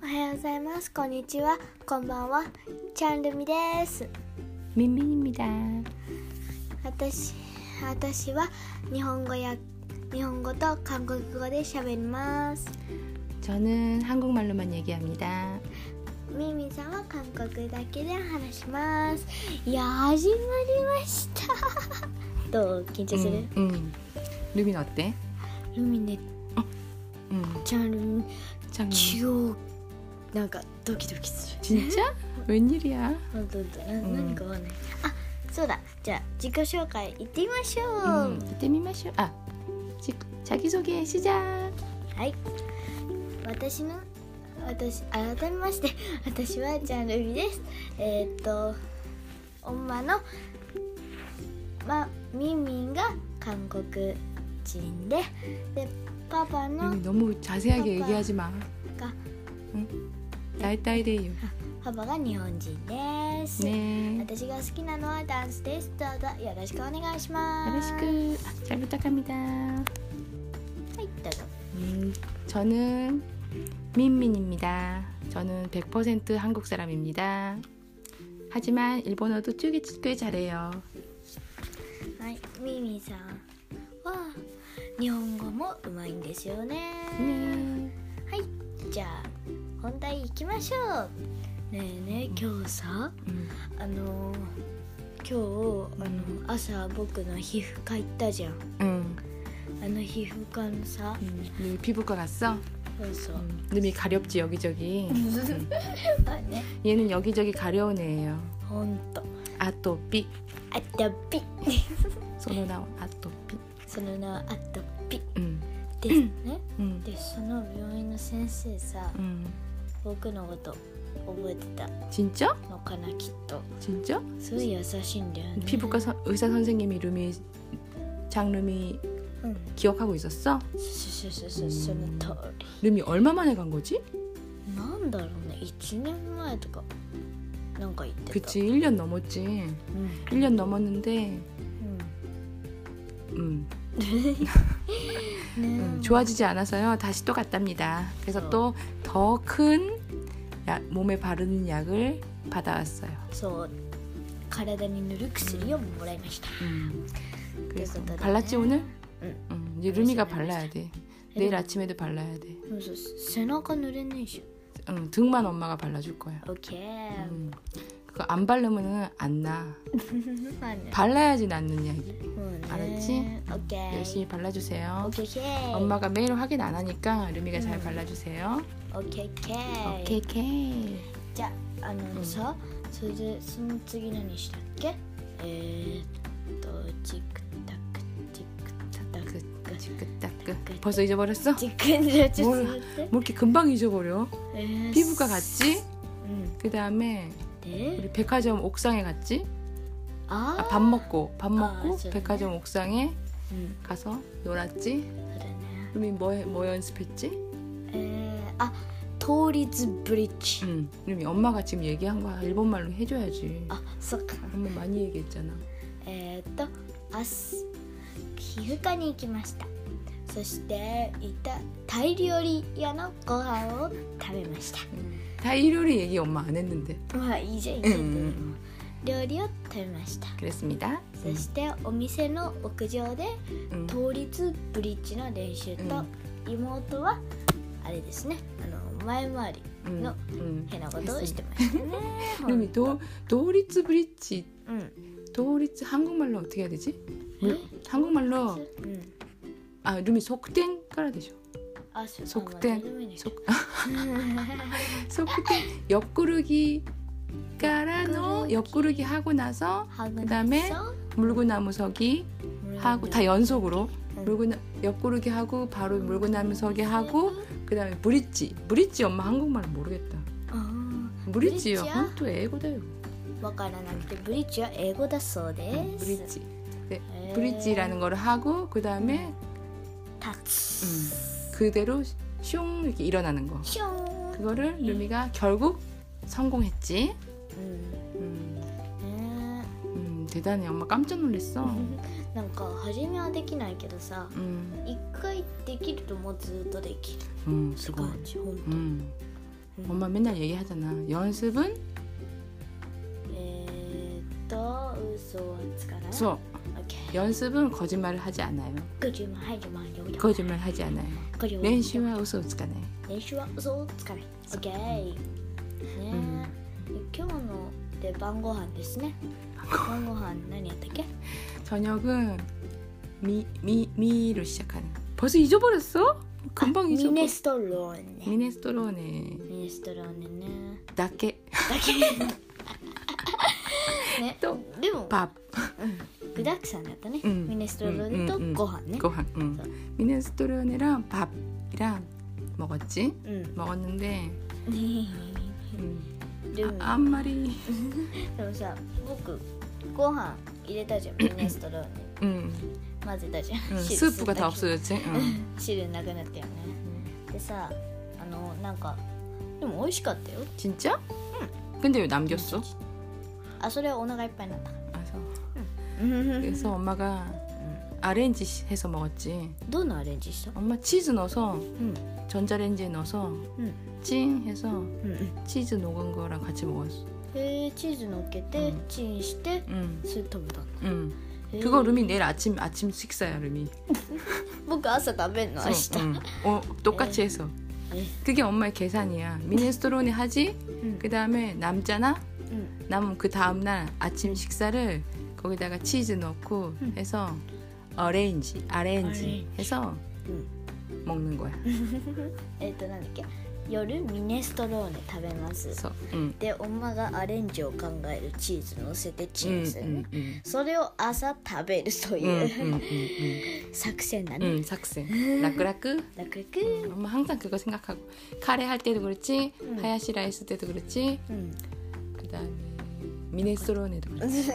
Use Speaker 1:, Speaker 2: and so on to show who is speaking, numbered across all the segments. Speaker 1: ますこんにちはこんばんはチャンルミです
Speaker 2: 민민입니다
Speaker 1: 私私は日本語や日本語と韓国語で喋ります
Speaker 2: 저는 한국말로만 얘기합니다.
Speaker 1: ミミさんは韓国だけで話しますいや始まりました どう緊張する、
Speaker 2: 음, 음. 루민 어때?
Speaker 1: ルミネ
Speaker 2: 음.
Speaker 1: ちゃんルミ
Speaker 2: 참.
Speaker 1: 今日なんかドキドキする
Speaker 2: 진짜? 웬일이야?
Speaker 1: 本当だな
Speaker 2: うん
Speaker 1: 何かわかんない、あそうだじゃあ自己紹介行ってみましょう、
Speaker 2: 음. 이때 미마쇼. 아. 지- 자기소개 시작.
Speaker 1: はい私の私改めまして 私はジャンルビですえーっと女のまミンミンが韓国人ででパパの
Speaker 2: 루민 너무 자세하게
Speaker 1: 어? 아빠.
Speaker 2: 얘기하지 마.
Speaker 1: が
Speaker 2: 나이따이데요.
Speaker 1: パパが日本人です、
Speaker 2: 네.
Speaker 1: 私が好きなのはダンスですどうぞよろしくお願いしますは
Speaker 2: 요러시크. 아, 잘 부탁합니다.
Speaker 1: いどうぞ
Speaker 2: 음, 저는 민민입니다. 저는 100% 한국 사람입니다. 하지만 일본어도 꽤, 꽤 잘해요.
Speaker 1: はいミンミンさんは日本語もうまいんですよね
Speaker 2: 네.
Speaker 1: はいじゃあ本題行きましょうねえねえ今日さ
Speaker 2: 음,
Speaker 1: あのー今日あの朝僕の皮膚科行ったじゃん
Speaker 2: 응.
Speaker 1: あの皮膚科のさ
Speaker 2: 음, 네 피부과 갔어?
Speaker 1: そうそう、
Speaker 2: 음, 이 가렵지 여기저기. 음.
Speaker 1: まあね
Speaker 2: 얘는 여기저기 가려운 애예요.
Speaker 1: ほんと
Speaker 2: 아토피.
Speaker 1: あったっぴ
Speaker 2: 소노나오 아토피.
Speaker 1: その名はあったっぴ
Speaker 2: 음,
Speaker 1: ですね
Speaker 2: 음,
Speaker 1: でその病院の先生さ
Speaker 2: 음.
Speaker 1: 僕のこと覚えてた
Speaker 2: 진짜?
Speaker 1: のかなきっと
Speaker 2: 진짜?
Speaker 1: すごい優しいんだよね
Speaker 2: 피부과 선- 의사 선생님이 루미 장루미
Speaker 1: うん
Speaker 2: 기억하고 있었어?
Speaker 1: そうそうそうそうその通り
Speaker 2: 루미 얼마 만에 간 거지?
Speaker 1: なんだろうね1年前とかなんか言ってた
Speaker 2: 그치 1년 넘었지.
Speaker 1: うん、
Speaker 2: 1년 넘었는데 음,
Speaker 1: ねえ
Speaker 2: 음, 좋아지지 않아서요. 다시 또 갔답니다. 그래서
Speaker 1: 어.
Speaker 2: 또 더 큰 몸에 바르는 약을 받아왔어요.
Speaker 1: そう体に塗る薬をもらいました
Speaker 2: 음, 그래서
Speaker 1: 그래서
Speaker 2: 발랐지
Speaker 1: 나는-
Speaker 2: 오늘?
Speaker 1: 응.
Speaker 2: 음, 이제 루미가
Speaker 1: 그래서 나는-
Speaker 2: 발라야 돼. 내일 아침에도 발라야 돼.
Speaker 1: でもそう背中塗れねえし
Speaker 2: 응, 등만 엄마가 발라줄 거야.
Speaker 1: オッケー
Speaker 2: 음, 그거 안 바르면은 안 나.
Speaker 1: まあね
Speaker 2: 발라야지 낫는 약이.
Speaker 1: もうね
Speaker 2: 알았지?
Speaker 1: オッケー
Speaker 2: 열심히 발라주세요.
Speaker 1: オッケーオッケー
Speaker 2: 엄마가 매일 확인 안 하니까 루미가 잘
Speaker 1: 음. 네.
Speaker 2: 발라주세요.
Speaker 1: オッケーオッケー
Speaker 2: 오케이 오케이.
Speaker 1: じゃああの
Speaker 2: うん
Speaker 1: さ、それでその次何したっけえー、っとチクタクチクタク
Speaker 2: 그, 지긋따끄. 벌써 잊어버렸어?
Speaker 1: チクちょっと
Speaker 2: 뭘
Speaker 1: 待って
Speaker 2: 뭐 이렇게 금방 잊어버려?
Speaker 1: えー
Speaker 2: 피부과 갔지?
Speaker 1: うん
Speaker 2: 그 다음에
Speaker 1: で
Speaker 2: 우리 백화점 옥상에 갔지?
Speaker 1: あー
Speaker 2: 아, 밥 먹고 밥 먹고
Speaker 1: 진짜?
Speaker 2: 백화점 옥상에
Speaker 1: うん、
Speaker 2: 가서 놀았지?
Speaker 1: そうだね
Speaker 2: 루미 뭐, 해- 뭐 연습했지?
Speaker 1: えー、あ倒立ブリッジ、
Speaker 2: 응. 루미 엄마가 지금 얘기한 거야. 일본말로 해줘야지.
Speaker 1: あそっか
Speaker 2: 엄마 많이 얘기했잖아.
Speaker 1: えー、っと明日皮膚科に行きましたそしていたタイ料理屋のご飯を食べまし
Speaker 2: 응. 다 일요일 얘기 엄마 안 했는데.
Speaker 1: たまあいいじゃんいいじゃん、
Speaker 2: 응.
Speaker 1: 料理を食べました
Speaker 2: 그랬습니다.
Speaker 1: そしてお店の屋上で
Speaker 2: 응.
Speaker 1: 倒立ブリッジの練習と、妹はあれですねあの前回り
Speaker 2: 응.
Speaker 1: 너-
Speaker 2: 응.
Speaker 1: 変なことをしてましたね
Speaker 2: 루미 도 도리츠 브릿지
Speaker 1: うん、
Speaker 2: 도리츠 한국말로 어떻게 해야 되지? 물-
Speaker 1: 어.
Speaker 2: 한국말로
Speaker 1: うん
Speaker 2: 아 루미 속땡 깔아 되죠.
Speaker 1: あ、そう
Speaker 2: 側
Speaker 1: あ
Speaker 2: 転
Speaker 1: まあどうでもいいんだけど
Speaker 2: 속 속땡 옆구르기 깔아놓
Speaker 1: 옆구르기.
Speaker 2: 옆구르기 하고 나서
Speaker 1: 하고
Speaker 2: 그다음에
Speaker 1: 나서
Speaker 2: 물구나무 서기
Speaker 1: 물구나무
Speaker 2: 하고 다 연속으로
Speaker 1: 응.
Speaker 2: 물구나 옆구르기 하고 바로 물구나무 서기 하고 그다음에 브릿지 브릿지 엄마 한국말은 모르겠다.
Speaker 1: あ
Speaker 2: 브릿지요.
Speaker 1: 브릿지야?
Speaker 2: 한또 애고다요.
Speaker 1: ーわからなくてブリッジは英語だそうです
Speaker 2: 브릿지. 네,
Speaker 1: へー
Speaker 2: 브릿지라는 걸 하고 그다음에 음,
Speaker 1: 立つ
Speaker 2: 그대로 슝 이렇게 일어나는 거.
Speaker 1: ショーン
Speaker 2: 그거를 루미가 결국 성공했지.
Speaker 1: うんね
Speaker 2: 음,
Speaker 1: え
Speaker 2: 음, 대단해. 엄마 깜짝 놀랐어.
Speaker 1: なんか初めはできないけどさ
Speaker 2: 음,
Speaker 1: 一回できるともうずっとできる
Speaker 2: 음,
Speaker 1: って
Speaker 2: 그거.
Speaker 1: 感じほんと
Speaker 2: 음,
Speaker 1: へ 음.
Speaker 2: 엄마 맨날 얘기하잖아. 연습은
Speaker 1: えーっと嘘はつかない。う。
Speaker 2: 수
Speaker 1: オッケー。
Speaker 2: 연습은 거짓말을 하지 않아요.
Speaker 1: こじまはいじまより。
Speaker 2: 거짓말 하지 않아요.
Speaker 1: こじま。
Speaker 2: 렌시와 우스 우스가네.
Speaker 1: 練習は嘘をつかない。オッケー。ねえ、今日ので晩ご飯ですね。晩ご飯何やったっけ？
Speaker 2: 저녁은 미미 미로 시작하는. 벌써 잊어버렸어? 금방
Speaker 1: ミ
Speaker 2: 잊어버.
Speaker 1: ネストローネ。
Speaker 2: 미네스토로네.
Speaker 1: ミネストローネね。
Speaker 2: 닭게
Speaker 1: ね、
Speaker 2: と
Speaker 1: でも
Speaker 2: 밥.
Speaker 1: 具沢山だったね。
Speaker 2: うん
Speaker 1: ミネストローネと
Speaker 2: うんうんうん
Speaker 1: ご飯ね。
Speaker 2: 고항.
Speaker 1: 저-
Speaker 2: 응. 미네스토로네랑 밥이랑 먹었지.
Speaker 1: うん。
Speaker 2: 먹었는데
Speaker 1: でも
Speaker 2: 아, 한 마리.
Speaker 1: でもさ、僕ご飯入れたじゃん。ミネストローネ
Speaker 2: 응.
Speaker 1: 混ぜたじゃん。
Speaker 2: 응.
Speaker 1: 汁吸っ
Speaker 2: 스프가 다
Speaker 1: たけど
Speaker 2: 없어졌지. 응.
Speaker 1: 汁なくなったよね。
Speaker 2: 응.
Speaker 1: でさあのなんかでも美味しかったよ
Speaker 2: 진짜? 근데 왜 남겼어?
Speaker 1: あそれはお腹いっぱいになった
Speaker 2: 그래서 그래서 엄마가 아렌지 시- 해서 먹었지.
Speaker 1: どんなアレンジした
Speaker 2: 엄마 치즈 넣어서
Speaker 1: うん、
Speaker 2: 전자레인지에 넣어서
Speaker 1: 응.
Speaker 2: 찡 해서
Speaker 1: うんうん、
Speaker 2: 치즈 녹은 거랑 같이 먹었어.
Speaker 1: へえチーズのっけて、
Speaker 2: うん
Speaker 1: チンして、
Speaker 2: 응.
Speaker 1: それ食べたの
Speaker 2: 응.
Speaker 1: へえ
Speaker 2: 그거 루미 내일 아침 아침 식사야 루미.
Speaker 1: 僕朝食べんの明
Speaker 2: 그래서,
Speaker 1: 日、
Speaker 2: 응. 어, 똑같이 해서.
Speaker 1: 에.
Speaker 2: 그게 엄마의 계산이야. 미네스토로니 하지.
Speaker 1: うん
Speaker 2: 그 다음에 남잖아.
Speaker 1: うん、
Speaker 2: 남은 그 다음 날 아침 식사를 거기다가 치즈 넣고
Speaker 1: 응.
Speaker 2: 해서 어레인지 아렌지
Speaker 1: 어레인지.
Speaker 2: 해서
Speaker 1: 응.
Speaker 2: 먹는 거야.
Speaker 1: えっ、となんだっけ夜ミネストローネ食べます
Speaker 2: 서 응.
Speaker 1: でマがアレンジを考えるチーズ乗せてチン
Speaker 2: 응,
Speaker 1: する、
Speaker 2: 응, 응.
Speaker 1: それを朝食べると
Speaker 2: 응, 응,
Speaker 1: いう、
Speaker 2: 응, 응,
Speaker 1: 作戦だ
Speaker 2: 응.
Speaker 1: ね、
Speaker 2: 응, 삭생. 음. 라크라크.
Speaker 1: 楽々
Speaker 2: 응, 엄마 항상 그거 생각하고 카레 할 때도 그렇지,
Speaker 1: 응.
Speaker 2: 하야시 라이스 때도 그렇지,
Speaker 1: うん
Speaker 2: 그다음에 미네스토로네도 그렇지,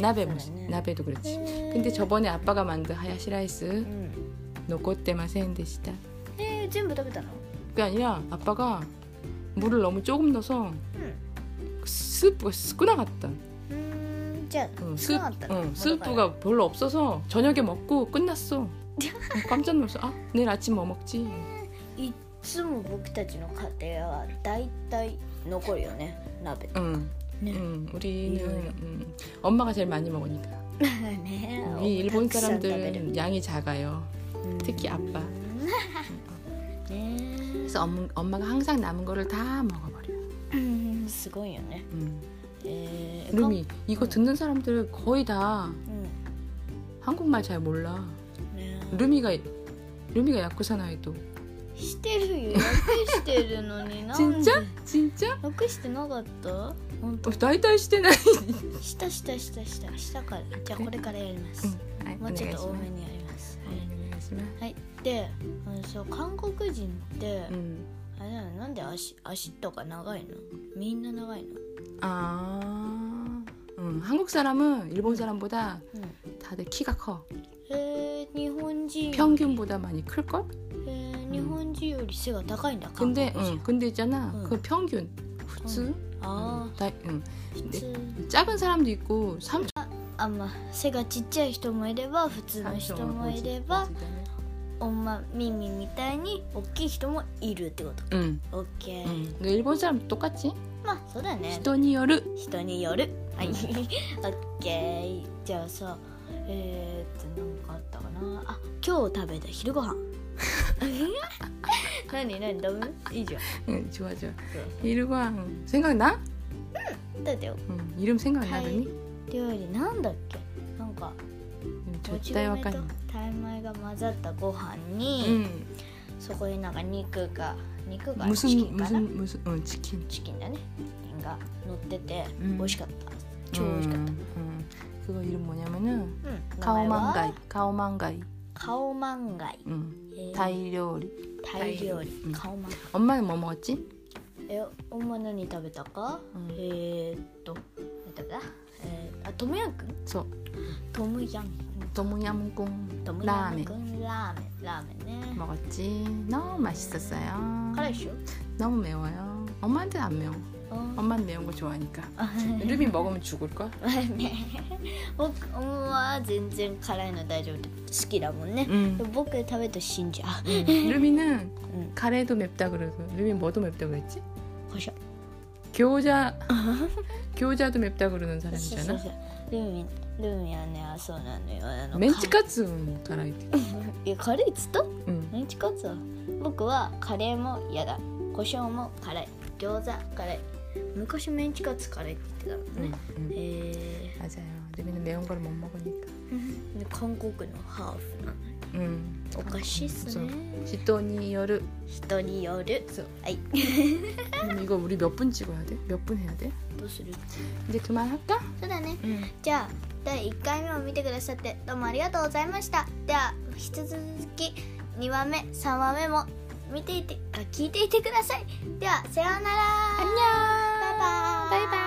Speaker 2: 나베 뭐
Speaker 1: 그러네.
Speaker 2: 나베도 그렇지.
Speaker 1: 음.
Speaker 2: 근데 저번에 아빠가 만든 하야시 라이스
Speaker 1: うん
Speaker 2: 노고때만 세인데시다.
Speaker 1: えー、全部食べたの
Speaker 2: 그게 아니라 아빠가 물을 너무 조금 넣어서 그
Speaker 1: 응.
Speaker 2: 스프가 끄나갔다
Speaker 1: うーんじゃあ、
Speaker 2: 응,
Speaker 1: 少なかった
Speaker 2: 스프,
Speaker 1: の
Speaker 2: 응, 스프가 별로 없어서 저녁에 먹고 끝났어. 깜짝 놀랐어. 아, 내일 아침 뭐 먹지?
Speaker 1: いっつも僕たちの家庭はだいたい残るよね鍋
Speaker 2: 응,
Speaker 1: ね
Speaker 2: 응,
Speaker 1: 이거요.
Speaker 2: 우리는 응, 엄마가 제일 많이 먹으니까.
Speaker 1: ね
Speaker 2: 이
Speaker 1: た
Speaker 2: 일본
Speaker 1: くさん食べる
Speaker 2: 사람들은 양이 작아요. 특히 아빠.
Speaker 1: ね
Speaker 2: 그래서 엄, 엄마가 항상 남은 거를 다 먹어버려.
Speaker 1: うんすごいよね
Speaker 2: 음. 어.
Speaker 1: えー、
Speaker 2: 루미 이거
Speaker 1: 응.
Speaker 2: 듣는 사람들 거의 다
Speaker 1: かん
Speaker 2: 한국말 잘 몰라.
Speaker 1: うんね
Speaker 2: 루미가 루미가 야쿠사나이도
Speaker 1: してるよ楽してるの になんで
Speaker 2: 진짜? 진짜?
Speaker 1: 楽してなかった本当
Speaker 2: 어, 나이다이 시대나.
Speaker 1: したしたしたしたしたからじゃあこれからやります、
Speaker 2: 응. 아이,
Speaker 1: もうちょっ
Speaker 2: 오네가이시마.
Speaker 1: と多めにやります、はい
Speaker 2: 오네가이시마.
Speaker 1: はい、で、あのそう韓国人って、
Speaker 2: 음.
Speaker 1: あれなのなんで足足とか長いのみんな長いの、
Speaker 2: 아, 음, 한국 사람은 일본 사람보다 다들 키가 커.
Speaker 1: えー、日本人
Speaker 2: 평균보다 많이 클 걸?
Speaker 1: えー日本人より背が高いんだ韓国
Speaker 2: 근데
Speaker 1: 人、
Speaker 2: 아, 그렇죠. 응, 어. 근데 있잖아.
Speaker 1: 응.
Speaker 2: 그 평균 후츠.
Speaker 1: あ
Speaker 2: 다, 응.
Speaker 1: あ普通
Speaker 2: 작은 사람도 있고 삼촌
Speaker 1: あんま背がちっちゃい人もいれば普通の人
Speaker 2: 뭐
Speaker 1: もいればおんま耳みたいに大きい人もいるってこと
Speaker 2: 응,
Speaker 1: オッケー、
Speaker 2: 응. 너 일본 사람도 똑같지?
Speaker 1: まあそうだ
Speaker 2: 네.
Speaker 1: ね
Speaker 2: 히토니요르.
Speaker 1: 人によるはい
Speaker 2: う
Speaker 1: オ
Speaker 2: ん
Speaker 1: ッケーじゃあさえー、っと何かあったかなあ今日食べた昼ご飯 何何ダメいいじゃん
Speaker 2: 응, 좋아 좋아.
Speaker 1: 그래.
Speaker 2: 일광 생각나?
Speaker 1: だってよ
Speaker 2: 응, 이름 생각나
Speaker 1: 다이-
Speaker 2: 루미?
Speaker 1: 料理なんだっけなんか
Speaker 2: 응,
Speaker 1: もち
Speaker 2: 좋다
Speaker 1: 米と
Speaker 2: 약간.
Speaker 1: タイ米が混ざったご飯に、
Speaker 2: 응.
Speaker 1: そこになんか肉が肉
Speaker 2: 뭐
Speaker 1: がチキ
Speaker 2: 무슨
Speaker 1: ンかな
Speaker 2: 무슨 무슨 응, 치킨.
Speaker 1: チキンだねが乗ってて、
Speaker 2: うん
Speaker 1: 美味しかった超美味しかった
Speaker 2: 응, 응. 그거 이름 뭐냐면은
Speaker 1: うん名前は
Speaker 2: 가오망가이. 가오망가이.
Speaker 1: カオマンガイ、
Speaker 2: 응.
Speaker 1: えー
Speaker 2: 타이 요리.
Speaker 1: タイ料理、
Speaker 2: うん
Speaker 1: カオマン
Speaker 2: 엄마는 뭐 먹었지?
Speaker 1: え、お前何食べたか、
Speaker 2: うん
Speaker 1: えー、っと、何食べたえー、あ、トムヤムクン
Speaker 2: 저
Speaker 1: トムヤムク
Speaker 2: 도무야문공
Speaker 1: ントムヤム
Speaker 2: 라멘
Speaker 1: クンラーメン、ラーメンね
Speaker 2: 먹었지. 너무 맛있었어요.
Speaker 1: 辛いでしょ
Speaker 2: 너무 매워요. 엄마한테 안 매워.
Speaker 1: あ
Speaker 2: 엄마는 매운 거 좋아하니까. 네. 루미 먹으면 죽을 걸.
Speaker 1: ね僕、お前は全然辛いの大丈夫って好きだもんね、
Speaker 2: 응.
Speaker 1: でも僕食べると死んじゃう
Speaker 2: 루미는
Speaker 1: 응.
Speaker 2: 카레도 맵다 그래서 루미 뭐도 맵다 그랬지?
Speaker 1: カ
Speaker 2: 교자 교자도 맵다 그러는
Speaker 1: そうそう
Speaker 2: 사람이잖아.
Speaker 1: そうルミルミはねあそうなのよあの
Speaker 2: 멘치카츠는 못 알아듣기.
Speaker 1: いやカレーっつった
Speaker 2: 응.
Speaker 1: メンチカツは僕はカレーも嫌だ胡椒も辛い餃子辛い昔メンチカツ辛いって言ってたの
Speaker 2: 응,
Speaker 1: ね
Speaker 2: 응.
Speaker 1: へ
Speaker 2: 맞아요. 루미는 매운 걸 못 먹으니까.
Speaker 1: えで韓国のハーフなの
Speaker 2: 응.
Speaker 1: おかしいっすね
Speaker 2: 지돈이 열을
Speaker 1: 人による
Speaker 2: そう
Speaker 1: はい
Speaker 2: 그럼 음, 이거 우리 몇 분 찍어야 돼? 몇 분 해야 돼?
Speaker 1: どうする
Speaker 2: 이제 그만할까?
Speaker 1: そうだね
Speaker 2: 응.
Speaker 1: じゃあ第1回目を見てくださってどうもありがとうございましたでは引き続き2話目3話目も見ていてあ聞いていてくださいではさようなら
Speaker 2: 안녕.
Speaker 1: バイバイ
Speaker 2: 바이바이.